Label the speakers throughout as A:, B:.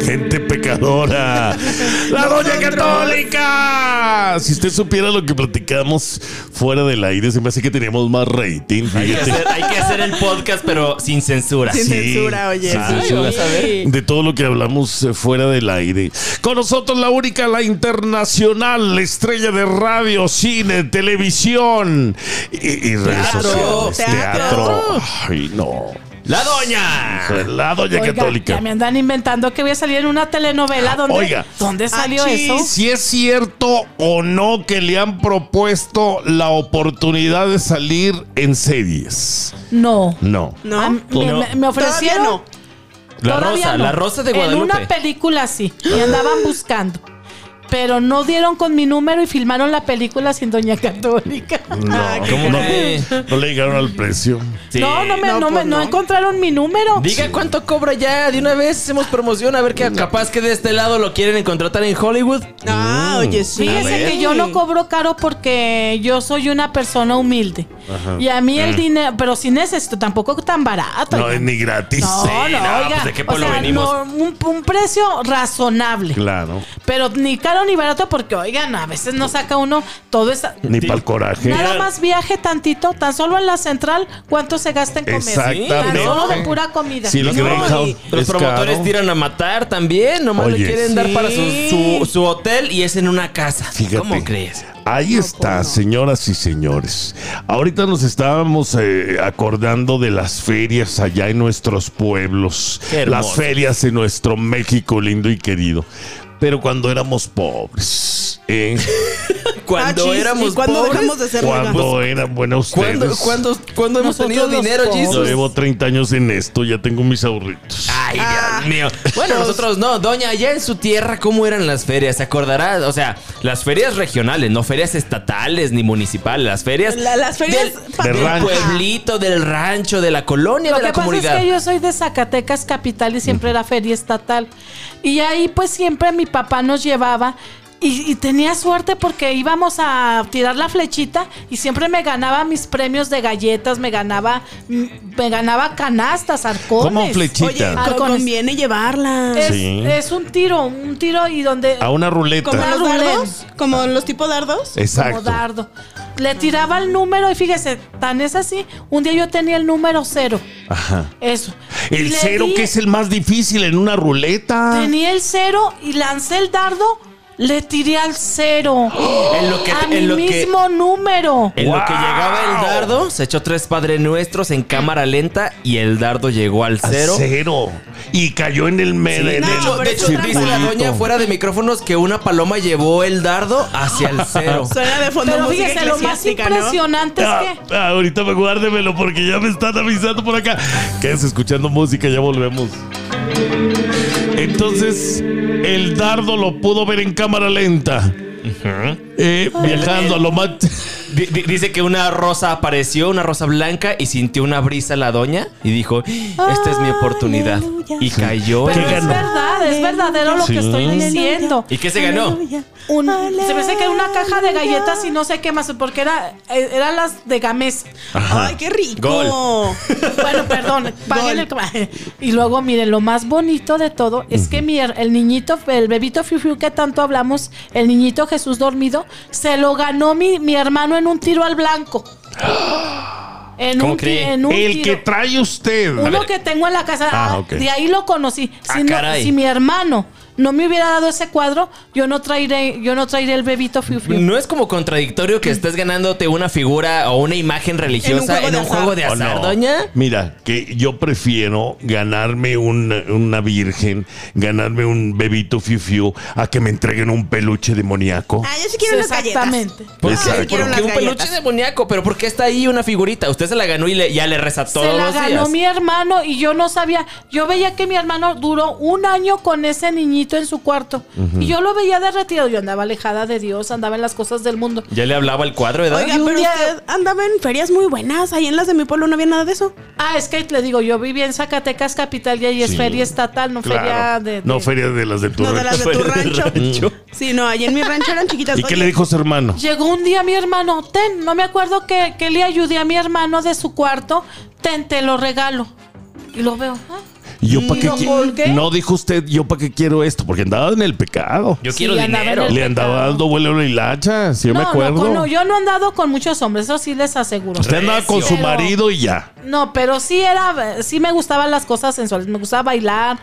A: Gente pecadora. La doña católica. Si usted supiera lo que platicamos fuera del aire, se me hace que teníamos más rating.
B: Hay que,
A: fíjate.
B: hacer, hay que hacer el podcast, pero sin censura.
C: Sin
A: Sí,
C: censura, oye.
A: sin
C: sí.
A: censura.
B: vamos a ver.
A: de todo lo que hablamos eh, fuera del aire. Con nosotros la única, la internacional, la estrella de radio, cine, televisión y, y redes
B: Teatro,
A: sociales.
C: teatro.
A: Ay, no.
B: La doña.
A: La doña
D: Ah. Oiga,
A: católica.
D: ya me andan inventando que voy a salir en una telenovela. ¿Dónde,
A: Oiga.
C: Ah,
D: ¿dónde salió
A: Achis,
D: eso?
A: Si es cierto o no que le han propuesto la oportunidad de salir en series.
D: No.
A: No.
C: ¿No?
D: Ah, me,
B: No.
D: me- me ofrecieron.
C: Todavía
B: La
D: Todavía
B: rosa,
D: no.
B: la rosa de
D: En
B: Guadalupe.
D: una película sí. Me andaban buscando. Pero no dieron con mi número y filmaron la película sin Doña Católica.
A: No,
C: Ah, qué
A: ¿cómo no?
B: caray.
A: No le llegaron al precio.
B: Sí.
D: No, no, me,
C: No,
D: no,
C: pues
D: me- no
C: no.
D: encontraron mi número.
B: Diga cuánto cobra ya. De una vez hacemos promoción. A ver que capaz que de este lado lo quieren contratar en Hollywood.
C: no. Ah, oye, sí. Ah,
B: A
D: Mm, Fíjese
B: ver.
D: que yo no cobro caro porque yo soy una persona humilde. Y a mí
B: Mm.
D: el dinero, pero sin es esto, tampoco tan barato.
A: No
D: oiga.
A: es ni gratis.
D: No,
B: Sí,
D: no,
B: no,
D: oiga,
B: pues, ¿de qué
D: o
B: pueblo
D: sea,
B: venimos?
D: no, un, un precio razonable.
A: Claro.
D: Pero ni caro ni barato porque, oigan, a veces no saca uno todo esa...
A: Ni para el coraje.
D: Nada más viaje tantito, tan solo en la central, ¿cuánto se gasta en comer? Tan
A: Exactamente.
D: solo de pura comida.
A: Sí, lo
D: No,
A: que
D: no,
A: deja-
B: y los
A: es
B: promotores
A: caro.
B: tiran a matar también. Nomás le
A: Oye.
B: quieren
A: Sí.
B: dar para su, su, su hotel y es en una casa.
A: Fíjate.
B: ¿Cómo crees?
A: Ahí está, señoras y señores. Ahorita nos estábamos eh, acordando de las ferias allá en nuestros pueblos,
B: Qué hermoso.
A: las ferias en nuestro México lindo y querido. Pero cuando éramos pobres, ¿eh?
B: Cuando
C: Achis, Ah, ¿y
B: éramos
C: cuándo
B: pobres,
C: dejamos de ser ricos?
A: cuando eran buenos ustedes.
B: ¿Cuándo, cuándo, cuándo hemos
D: Nosotros
B: tenido
D: los
B: dinero,
D: pobres.
A: Yo
B: Jesus?
A: Pues, llevo 30 años en esto, ya tengo mis ahorritos.
B: Ay, Dios
C: Ah.
B: mío. Bueno, nosotros no. Doña, allá en su tierra, ¿cómo eran las ferias? ¿Se acordará? O sea, las ferias regionales, no ferias estatales ni municipales. Las ferias.
C: La- las ferias
B: Del,
C: pa-
A: De
B: del
A: rancho.
B: pueblito, del rancho, de la colonia,
D: Lo
B: de
D: que
B: la
D: pasa
B: comunidad.
D: es que yo soy de Zacatecas capital y siempre era feria estatal. Y ahí pues siempre mi papá nos llevaba y, y tenía suerte porque íbamos a tirar la flechita y siempre me ganaba mis premios de galletas, me ganaba me ganaba canastas, arcones.
A: ¿Cómo flechita?
C: Oye,
D: Ah,
C: co-
D: con-
C: conviene llevarla.
D: Es,
A: Sí.
D: es un tiro, un tiro y donde
A: A una ruleta.
C: ¿Como
D: Una
C: los
D: ruleta.
C: dardos? ¿Como los tipo dardos?
B: Eh.
A: Exacto.
D: como dardo. Le tiraba el número y fíjese, tan es así, un día yo tenía el número cero.
A: Ajá.
D: Eso. Y
A: El
D: le
A: cero
D: di-
A: que es el más difícil en una ruleta.
D: Tenía el cero y lancé el dardo, le tiré al cero.
B: En lo que-
D: a
B: en
D: mi
B: lo que-
D: mismo número.
B: En lo que
A: ¡Wow!
B: llegaba el dardo, se echó tres Padre Nuestros en cámara lenta y el dardo llegó al
A: A
B: cero.
A: cero. Y cayó en el medio.
B: De
C: No,
B: hecho,
C: pero
B: de
C: es
B: hecho,
C: otra
B: dice la
C: cosa.
B: doña fuera de micrófonos que una paloma llevó el dardo hacia el cero.
C: Suena de fondo
D: Pero
C: música
D: fíjese, lo más
C: eclesiástica, ¿no?
D: impresionante
B: Ah.
D: es que.
A: Ah, ahorita me guárdemelo porque ya me están avisando por acá. Quédense escuchando música, ya volvemos. Entonces, el dardo lo pudo ver en cámara lenta. Eh, viajando a lo más.
B: Di- di- dice que una rosa apareció, una rosa blanca, y sintió una brisa la doña y dijo, esta es mi oportunidad.
C: Aleluya.
B: Y
A: Sí.
B: cayó.
A: ¿Qué
B: en
D: Pero
B: el
D: es
A: ganó?
B: cero.
D: verdad, es verdadero lo
A: Sí.
D: que estoy
A: Aleluya.
D: diciendo.
B: ¿Y qué se ganó?
D: Un- se me hace que era una caja de galletas y no sé qué más, porque era, eh, eran las de Gamés.
C: Ay, qué rico.
B: Gol.
D: Bueno, perdón, paguen el Y luego, miren, lo más bonito de todo es que mi her- el niñito, el bebito Fiu Fiu que tanto hablamos, el niñito Jesús dormido, se lo ganó mi, mi hermano en un tiro al blanco. En
B: ¿Cómo
D: un, ti-
B: cree?
D: en un
A: El que
D: tiro.
A: trae usted.
D: Uno que tengo en la casa,
A: Ah,
D: ah,
A: ok.
D: de ahí lo conocí.
B: Ah,
D: Si, no-
B: caray.
D: si mi hermano no me hubiera dado ese cuadro, yo no traeré, yo no traeré el bebito Fiu Fiu.
B: No es como contradictorio que estés ganándote una figura o una imagen religiosa
C: juego
B: en
C: de
B: un juego de
A: ¿O
B: azar,
A: no?
B: doña.
A: Mira, que yo prefiero ganarme un- una virgen, ganarme un bebito fiu fiu, a que me entreguen un peluche demoníaco.
C: Ah, yo sí quiero unas galletas.
D: Exactamente.
B: ¿Por
A: Exacto.
B: qué?
A: Quiero
B: Porque
C: unas
B: un peluche
C: galletas.
B: demoníaco, pero ¿por qué está ahí una figurita? Usted se la ganó y le- ya le reza todos
D: Se la
B: los
D: ganó
B: días.
D: mi hermano y yo no sabía. Yo veía que mi hermano duró un año con ese niñito en su cuarto. Y yo lo veía de retirado. Yo andaba alejada de Dios, andaba en las cosas del mundo.
B: Ya le hablaba el cuadro, ¿verdad?
C: Oiga,
D: Y un
C: pero
D: día-
C: usted andaba en ferias muy buenas. Ahí en las de mi pueblo no había nada de eso.
D: Ah, es que le digo, yo vivía en Zacatecas capital y ahí es
A: Sí.
D: feria estatal, no feria
A: Claro.
D: de, de-
A: No feria de las de tu
C: No, de las de tu rancho. Sí, no, ahí en mi rancho eran chiquitas.
A: ¿Y qué
C: Oye,
A: le dijo su hermano?
D: Llegó un día mi hermano, ten, no me acuerdo que, que le ayudé a mi hermano de su cuarto, ten, te lo regalo. Y lo veo. ah,
A: yo para qué
D: Lo
A: qui-
D: colgué.
A: No dijo usted, yo para qué quiero esto, porque andaba en el pecado.
B: Yo
D: Sí,
B: quiero
D: andaba en
B: dinero.
D: el-
A: Le andaba dando vuelo a la hilacha, si yo me
D: no,
A: acuerdo.
D: no, con- no, yo no he andado con muchos hombres, eso sí les aseguro.
A: Usted andaba con su
D: Pero-
A: marido y ya.
D: No, pero sí era, sí me gustaban las cosas sensuales, me gustaba bailar,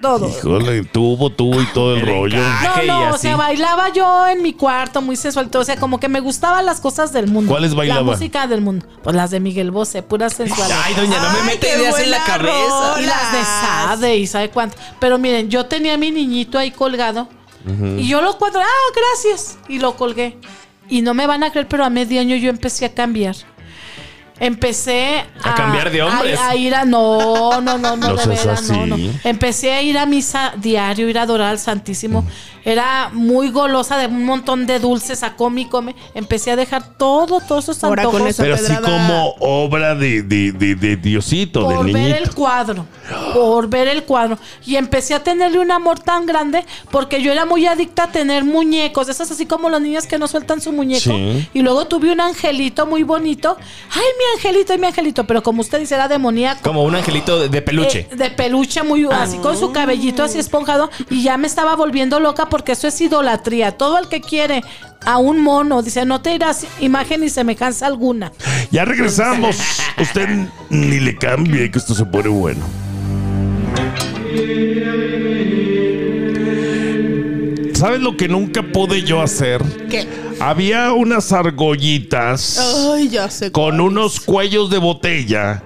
D: todo.
A: Híjole, tuvo, tuvo y todo el
B: El
A: rollo.
B: encaje.
D: No,
B: y
D: no,
B: así.
D: o sea, bailaba yo en mi cuarto, muy sensual, todo, o sea, como que me gustaban las cosas del mundo.
A: ¿Cuáles bailaba?
D: La música del mundo, pues las de Miguel Bosé, puras sensuales.
B: Ay, doña, no me
C: Ay,
B: mete
C: qué
B: ideas en la
C: buena
B: cabeza.
C: rola.
D: Y las de Sade y sabe cuánto. Pero miren, yo tenía a mi niñito ahí colgado y yo lo cuadro, ah, gracias. Y lo colgué. Y no me van a creer, pero a medio año yo empecé a cambiar. Empecé
B: A cambiar de hombres.
D: A, a ir a. No, no, no, no,
A: No
D: de
A: seas
D: veras, no, no.
A: así.
D: Empecé a ir a misa diario, ir a adorar al Santísimo. Era muy golosa de un montón de dulces, a come y come. Empecé a dejar todo, todos esos
C: Ahora con
D: antojos
C: esa
A: Pero así
C: pedrada-
A: como obra de, de, de, de Diosito,
D: por
A: del
D: ver el
A: niñito.
D: cuadro, por ver el cuadro. Y empecé a tenerle un amor tan grande porque yo era muy adicta a tener muñecos, esas así como las niñas que no sueltan su muñeco.
A: Sí.
D: Y luego tuve un angelito muy bonito. Ay, mi angelito, ay, mi angelito, pero como usted dice, era demoníaco.
B: Como un angelito de- de peluche.
D: Eh, de peluche, muy así, con su cabellito así esponjado. Y ya me estaba volviendo loca porque eso es idolatría. Todo el que quiere a un mono dice, no te irás imagen ni semejanza alguna.
A: Ya regresamos. Usted ni le cambie que esto se pone bueno. ¿Sabes lo que nunca pude yo hacer?
C: ¿Qué?
A: Había unas argollitas.
C: Ay, ya sé.
A: con unos cuellos de botella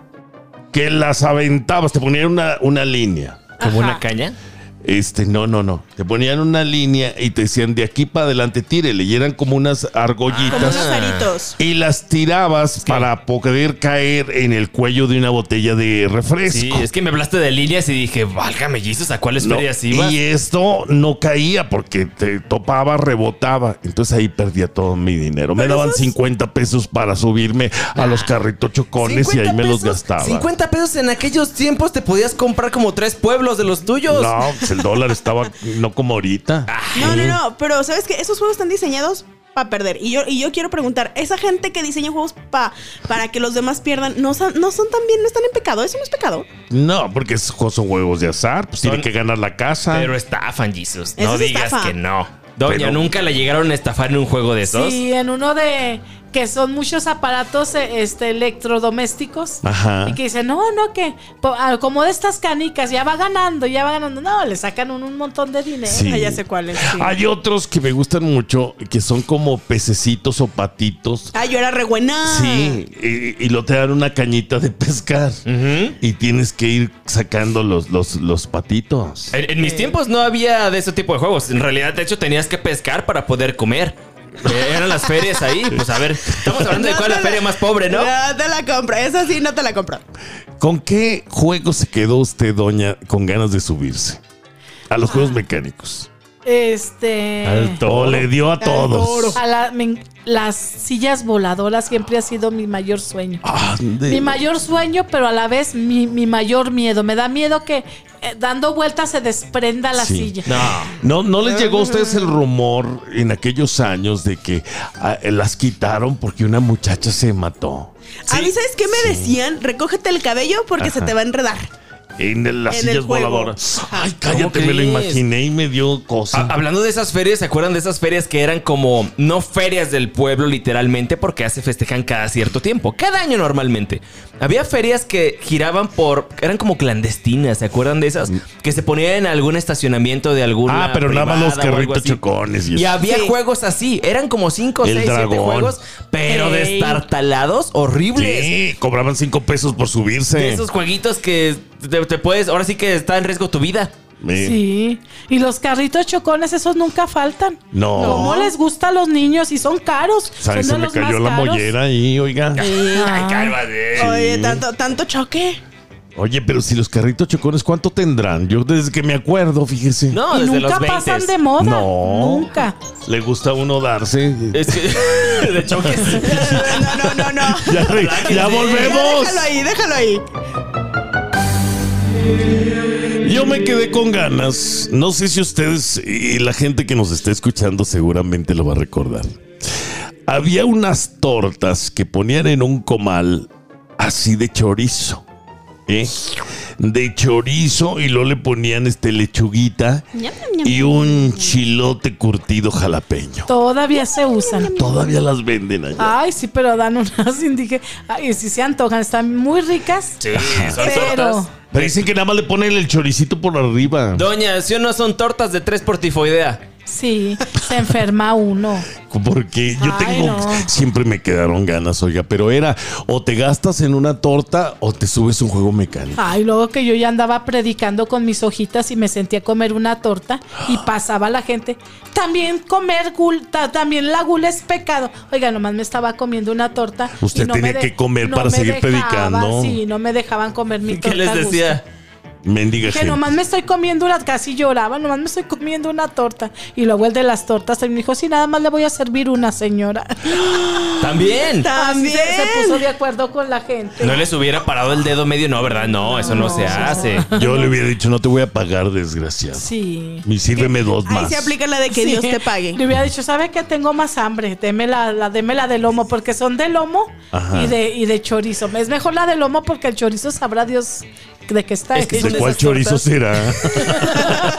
A: que las aventabas, te ponían una, una línea.
B: Como una caña.
A: Este, no, no, no. Te ponían una línea y te decían de aquí para adelante, tírele. Y eran como unas
C: Como
B: Ah,
C: unos
A: argollitas.
C: aritos.
A: Y las tirabas para poder caer en el cuello de una botella de refresco.
B: Sí, es que me hablaste de líneas y dije, válgame, Jesus, ¿a cuáles
A: No,
B: ferias ibas?
A: y esto no caía porque te topaba, rebotaba. Entonces ahí perdía todo mi dinero. Me
C: Pero
A: daban
C: esos-
A: 50 pesos para subirme a
B: Ah.
A: los carritos chocones y ahí me los gastaba.
E: 50 pesos en aquellos tiempos te podías comprar como tres pueblos de los tuyos.
A: No, pues el dólar estaba no como ahorita.
B: Ah.
C: No, no, no, pero ¿sabes qué? Esos juegos están diseñados para perder. Y yo, y yo quiero preguntar, esa gente que diseña juegos pa- para que los demás pierdan, ¿no, sa- no son tan bien, no están en pecado? ¿Eso no es pecado?
A: No, porque esos juegos son huevos de azar. Pues tiene
B: Son-
A: que ganar la casa.
B: Pero estafan, Jesus.
C: Eso
B: No
C: es
B: digas
C: estafa.
B: que no. Doña,
A: Pero-
B: ¿nunca la llegaron a estafar en un juego de esos?
D: Sí, en uno de que son muchos aparatos eh, este, electrodomésticos.
A: Ajá.
D: Y que dicen, no, no, que po- ah, como de estas canicas, ya va ganando, ya va ganando. No, le sacan un, un montón de dinero.
A: Sí.
C: Ah, ya sé cuál es. sí.
A: Hay otros que me gustan mucho, que son como pececitos o patitos.
C: Ah, yo era re buena.
A: Sí, y, y lo te dan una cañita de pescar.
C: Mm.
B: Ujú.
A: Y tienes que ir sacando los, los, los patitos.
C: Eh.
B: En, en mis tiempos no había de ese tipo de juegos. En realidad, de hecho, tenías que pescar para poder comer. Eh, Eran las ferias ahí. Pues a ver, estamos hablando de cuál es la feria más pobre, ¿no?
C: No te la compro, esa sí no te la compro.
A: ¿Con qué juego se quedó usted, doña, con ganas de subirse? A los juegos mecánicos.
D: Este.
A: O le dio a
C: Ah. Eh. Al
A: todos.
C: toro.
D: a la- me en- las sillas voladoras siempre ha sido mi mayor sueño.
A: Ande.
D: Mi mayor sueño, pero a la vez mi, mi mayor miedo. Me da miedo que eh, dando vueltas se desprenda la
A: Sí.
D: silla.
A: No,
B: No.
A: ¿No les llegó a
C: Ah.
A: ustedes el rumor en aquellos años de que ah, las quitaron porque una muchacha se mató?
C: A mí, ¿sabes qué me decían? Recógete el cabello porque se te va a enredar.
A: En el- las
C: En el
A: sillas
C: juego.
A: voladoras. Ay,
B: ¿Cómo
A: cállate, me lo
B: crees? Ah,
A: imaginé y me dio cosa.
B: Ha- Hablando de esas ferias, ¿se acuerdan de esas ferias que eran como no ferias del pueblo literalmente porque ya se festejan cada cierto tiempo? Cada año normalmente. Había ferias que giraban por... eran como clandestinas, ¿se acuerdan de esas? Que se ponían en algún estacionamiento de alguna
A: Mm. Ah, pero nada más los
B: privada o algo
A: carritos
B: así.
A: chocones y
B: Y
A: eso.
B: había
C: Sí.
B: juegos así, eran como 5,
A: El
B: 6, 7
A: dragón.
B: juegos, pero
C: Ey.
B: destartalados, horribles.
A: Sí, cobraban cinco pesos por
B: De
A: subirse.
B: esos jueguitos que te, te puedes, ahora sí que está en riesgo tu vida.
A: Eh,
D: Sí. Y los carritos chocones, esos nunca faltan.
A: No.
D: ¿Cómo les gusta a los niños? Y son caros.
A: ¿Sabes? Se
D: Son de
A: me
D: los más
A: cayó la
D: caros.
A: mollera ahí, oiga.
B: Ay, cálmate.
C: Oye, tanto, tanto choque.
A: Oye, pero si los carritos chocones, ¿cuánto tendrán? Yo desde que me acuerdo, fíjese.
B: No,
D: y
B: desde
D: nunca
B: los 20.
D: pasan de moda.
A: No.
D: Nunca.
A: Le gusta a uno darse.
B: Es que- de choques.
C: No, no, no, no.
A: Ya, re- ya
B: Ya
A: volvemos.
C: déjalo ahí, déjalo ahí.
A: Yo me quedé con ganas. No sé si ustedes y la gente que nos está escuchando seguramente lo va a recordar. Había unas tortas que ponían en un comal así de chorizo. ¿eh? de chorizo y luego le ponían este lechuguita
C: Ñam, ñam,
A: y un chilote curtido jalapeño.
D: Todavía se usan.
A: Todavía las venden
C: Ah.
A: allá.
D: Ay, sí, pero dan unas indígenas. Ay, sí se antojan, están muy ricas.
B: Sí, son
D: pero.
B: tortas.
A: Pero dicen que nada más le ponen el choricito por arriba.
B: Doña, si o no son tortas de tres por tifoidea.
D: Sí, se enferma uno.
A: Porque yo
D: Ay,
A: tengo,
D: no.
A: siempre me quedaron ganas, oiga, pero era o te gastas en una torta o te subes un juego mecánico.
D: Ay, luego que yo ya andaba predicando con mis hojitas y me sentía a comer una torta y pasaba la gente. También comer gul, ta- también la gula es pecado. Oiga, nomás me estaba comiendo una torta. y
A: Usted
D: me
A: tenía que comer para
D: me
A: seguir
D: dejaban,
A: predicando.
D: Sí, no me dejaban comer mi torta.
B: ¿Qué les
D: a gusto.
B: decía?
A: Mendiga
D: Que
A: gente.
D: nomás me estoy comiendo una, casi lloraba, nomás me estoy comiendo una torta. Y luego el de las tortas me dijo, sí, nada más le voy a servir una señora.
B: También.
D: Así
C: También.
D: se, se puso de acuerdo con la gente.
B: No les hubiera parado el dedo medio, no, ¿verdad? No, eso no
D: No,
B: se
D: eso no.
B: hace.
A: Yo le hubiera dicho, no te voy a pagar, desgraciado.
D: Sí.
A: Y sírveme dos
C: Ahí
A: más.
C: se aplica la de que
D: Sí.
C: Dios te pague.
D: Le hubiera dicho, ¿sabe qué? Tengo más hambre. Deme la, la, deme la de lomo, porque son de lomo
A: Ajá.
D: y de, y de chorizo. Es mejor la de lomo porque el chorizo sabrá Dios de qué está
B: Es que
D: hecho.
A: ¿De
B: son
A: cuál
B: esas
A: chorizo
B: tortas?
A: será?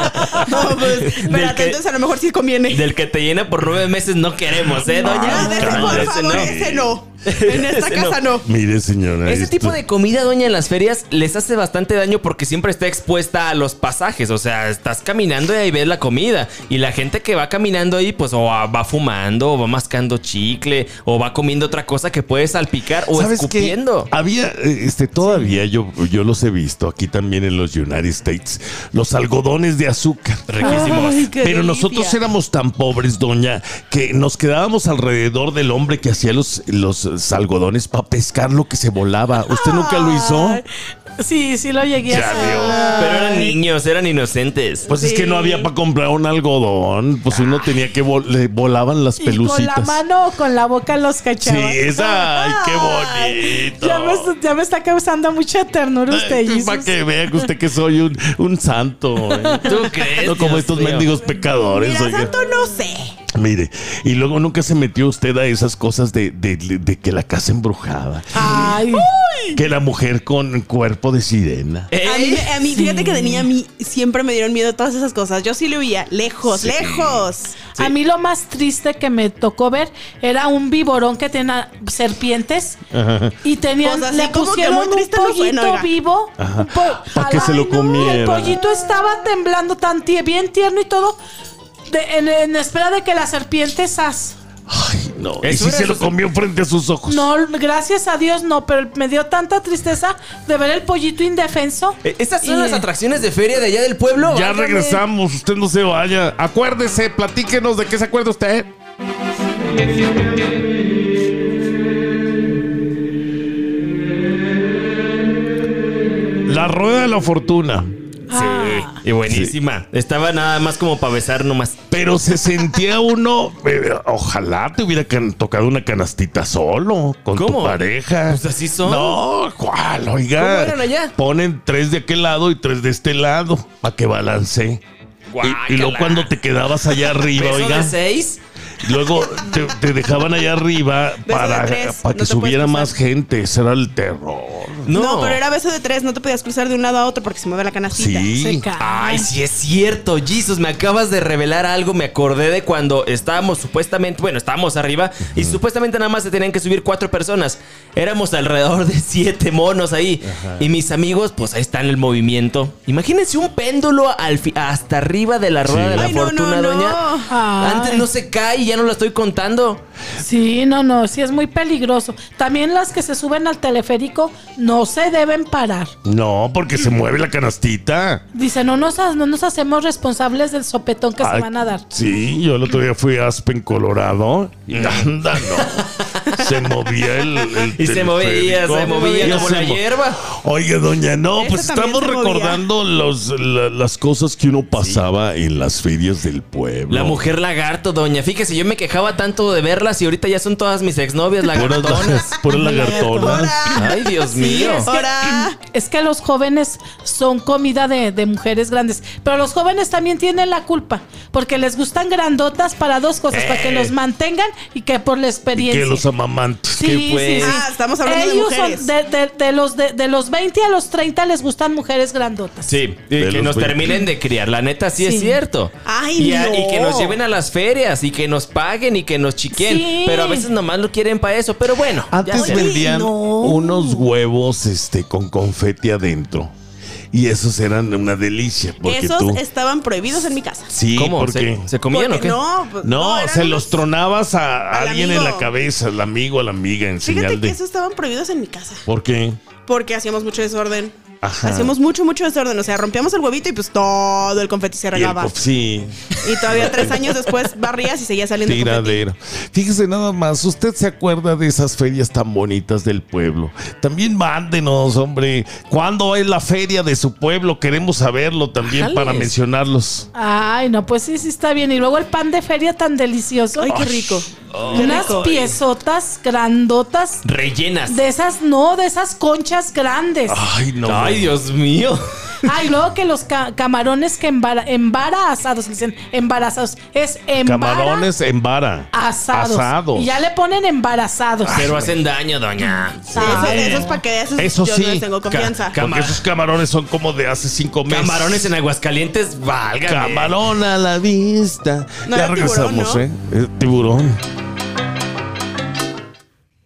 C: No, pues, espérate,
B: que-
C: entonces a lo mejor sí conviene.
B: Del que te llena por nueve meses no queremos, ¿eh, doña?
C: No, de ese,
B: Ese
C: por favor,
B: no.
C: ese no. En esta
B: Ese
C: casa no.
A: Mire, señora.
B: Ese
A: esto-
B: tipo de comida, doña, en las ferias les hace bastante daño porque siempre está expuesta a los pasajes. O sea, estás caminando y ahí ves la comida. Y la gente que va caminando ahí, pues o a- va fumando, o va mascando chicle, o va comiendo otra cosa que puede salpicar, o
A: ¿Sabes qué?
B: escupiendo.
A: Había, eh, este, todavía yo, yo los he visto aquí también en los United States, los algodones de azúcar.
B: Riquísimos.
D: Ay, qué
A: Pero nosotros
D: delicia.
A: éramos tan pobres, doña, que nos quedábamos alrededor del hombre que hacía los, los eh, algodones para pescar lo que se volaba. ¿Usted nunca lo hizo?
D: Ay, Sí, sí lo llegué
A: Ya
D: a hacer.
A: vio.
B: Pero eran niños, eran inocentes.
A: Pues es que no había para comprar un algodón. Pues uno tenía que vol- le volaban las
D: Y con la
A: pelucitas.
D: mano o con la boca los
A: Sí,
D: cachaba.
A: esa. Ay, qué
D: Ay,
A: bonito.
D: Ya me, ya me está causando mucha ternura usted,
A: Para
D: Jesús.
A: que vea que usted que soy un, un santo. ¿eh?
B: ¿Tú crees?
A: No como
B: Dios
A: estos
B: mío?
A: mendigos pecadores.
C: Mira,
A: oiga.
C: santo no sé.
A: Mire, y luego nunca se metió usted a esas cosas de, de- de que la casa embrujada,
D: Ay,
A: que la mujer con cuerpo de sirena.
C: A mí,
B: ¿Eh?
C: a mí, fíjate que de niña a mí siempre me dieron miedo todas esas cosas. Yo sí le huía. Lejos, lejos.
D: A mí lo más triste que me tocó ver era un biborón que tenía serpientes y tenían,
C: Pues así
D: le
C: como que
D: pusieron
C: muy
D: un
C: triste no fue,
D: pollito
C: no, oiga.
D: vivo.
A: Ajá,
D: un po-
A: pa' que
D: Ay,
A: se lo
D: no,
A: comieran.
D: El pollito estaba temblando tan tie- bien tierno y todo de- en, en espera de que las serpientes as.
A: Ay, no. Y
B: Eso
A: sí
B: era
A: se lo
B: sus-
A: comió frente a sus ojos.
D: No, gracias a Dios no, pero me dio tanta tristeza de ver el pollito indefenso.
C: E,
B: Eh, Estas son
D: Y-
B: las atracciones de feria de allá del pueblo.
A: Ya
B: válgame.
A: regresamos, usted no se vaya. Acuérdese, platíquenos de qué se acuerda usted. La rueda de la fortuna.
D: Ah.
B: Y buenísima. Estaba nada más como para besar nomás.
A: Pero se sentía uno. eh, Ojalá te hubiera can- tocado una canastita solo con tu
B: ¿Cómo?
A: pareja.
B: Pues así son.
A: No, ¿cuál? Oiga.
B: ¿Cómo eran allá?
A: Ponen tres de aquel lado y tres de este lado para que balance. Y, y luego
B: Guácala.
A: cuando te quedabas allá arriba,
B: ¿Beso
A: oiga,
B: de seis?
A: luego te, te dejaban allá arriba
C: de
A: para, para
C: tres,
A: que
C: no te puedes
A: subiera
C: cruzar.
A: más gente. Ese era el terror.
B: No.
C: No, pero era beso de tres, no te podías cruzar de un lado a otro porque se mueve la canastita.
A: Sí.
D: Se cae.
B: Ay, sí es cierto, Jesus, me acabas de revelar algo. Me acordé de cuando estábamos supuestamente, bueno, estábamos arriba y supuestamente nada más se tenían que subir cuatro personas. Éramos alrededor de siete monos ahí. Y mis amigos, pues ahí está en el movimiento. Imagínense un péndulo al fi- hasta arriba de la rueda
A: Sí.
B: de la
C: Ay, no, no,
B: fortuna,
C: no.
B: doña.
D: Ay.
B: Antes no se cae y ya no la estoy contando.
D: Sí, no, no, sí es muy peligroso. También las que se suben al teleférico no se deben parar.
A: No, porque se mueve la canastita.
D: Dice, no nos, ha- no nos hacemos responsables del sopetón que
A: Ay,
D: se van a dar.
A: Sí, yo el otro día fui a Aspen, Colorado. Y
C: Mm.
A: anda, no. Se movía el. el
B: Y se movía,
A: teleférico.
B: se movía
A: Ya
B: como
A: se
B: la
A: mo-
B: hierba.
A: Oiga, doña, no,
C: Ese
A: pues
C: también
A: estamos
C: se movía.
A: recordando los, la- las cosas que uno pasaba en las ferias del pueblo.
B: La mujer lagarto, doña. Fíjese, yo me quejaba tanto de verlas y ahorita ya son todas mis exnovias
A: Puras,
B: lagartonas.
A: la- puras lagartonas.
B: Ay, Dios mío.
D: es que-
C: Ahora.
D: Es que los jóvenes son comida de, de mujeres grandes. Pero los jóvenes también tienen la culpa. Porque les gustan grandotas para dos cosas. Para que los mantengan y que por la
A: Eh. Y
D: experiencia.
A: que los pues. amantes.
D: Sí,
B: fue?
D: sí, sí.
C: Ah, estamos hablando de
D: Ellos son
C: mujeres.
D: de, de- de los, de, de los 20 a los 30 les gustan mujeres grandotas.
B: Sí, y
A: De
B: que
A: los
B: nos
A: 20.
B: terminen de criar, la neta sí, es
D: Sí.
B: cierto.
C: Ay,
B: y, a- y que nos
C: no.
B: lleven a las ferias y que nos paguen y que nos chiquen.
D: Sí.
B: Pero a veces nomás lo quieren para eso, pero bueno.
A: Antes
C: sé.
B: será.
A: vendían
C: no.
A: unos huevos este, con confeti adentro. Y esos eran una delicia. Porque
C: Esos
A: tú.
C: estaban prohibidos en mi casa.
A: Sí,
B: ¿Cómo?
A: porque.
B: ¿Se, se comían o
C: Porque
B: qué?
C: No, pues,
A: no,
C: eran
A: se
C: unos-
A: los tronabas a,
C: Al
A: alguien en
C: amigo.
A: la cabeza, al amigo, a la amiga, en
C: Fíjate
A: señal
C: que
A: de.
C: esos estaban prohibidos en mi casa.
A: ¿Por qué?
C: Porque hacíamos mucho desorden.
A: Ajá.
C: Hacíamos mucho, mucho desorden. O sea, rompíamos el huevito y pues todo el confeti
A: Y
C: se
A: el
C: regaba.
A: cof- sí,
C: Y, todavía tres años después barrías y seguía saliendo confeti.
A: tiradera. Fíjese nada más, usted se acuerda de esas ferias tan bonitas del pueblo. También mándenos, hombre. ¿Cuándo es la feria de su pueblo? Queremos saberlo también
B: Ajales.
A: para mencionarlos.
D: Ay, no, pues sí, sí está bien. Y luego el pan de feria tan delicioso.
C: Ay, qué rico. Qué
D: Unas
C: rico.
D: piezotas grandotas.
B: Rellenas.
D: De esas, no, de esas conchas grandes.
A: Ay, no.
B: Ay, Dios mío.
D: Ay, luego que los ca- camarones que embara- embarazados, dicen embarazados, es embarazados.
A: Camarones en vara.
D: Asados.
A: Asados.
D: Y ya le ponen embarazados.
B: Pero hacen daño, doña.
C: Sí, esos,
A: Sí.
C: Ah, esos pa' que veas, esos
A: Eso
C: yo
A: sí.
C: no les tengo
A: Ca-
C: confianza.
B: ca-
A: Porque esos camarones son como de hace cinco meses.
B: Camarones en Aguascalientes, válgame.
A: Camarón a la vista.
C: No
A: ya
C: era tiburón,
A: regresamos,
C: ¿no?
A: ¿eh? Eh, Tiburón.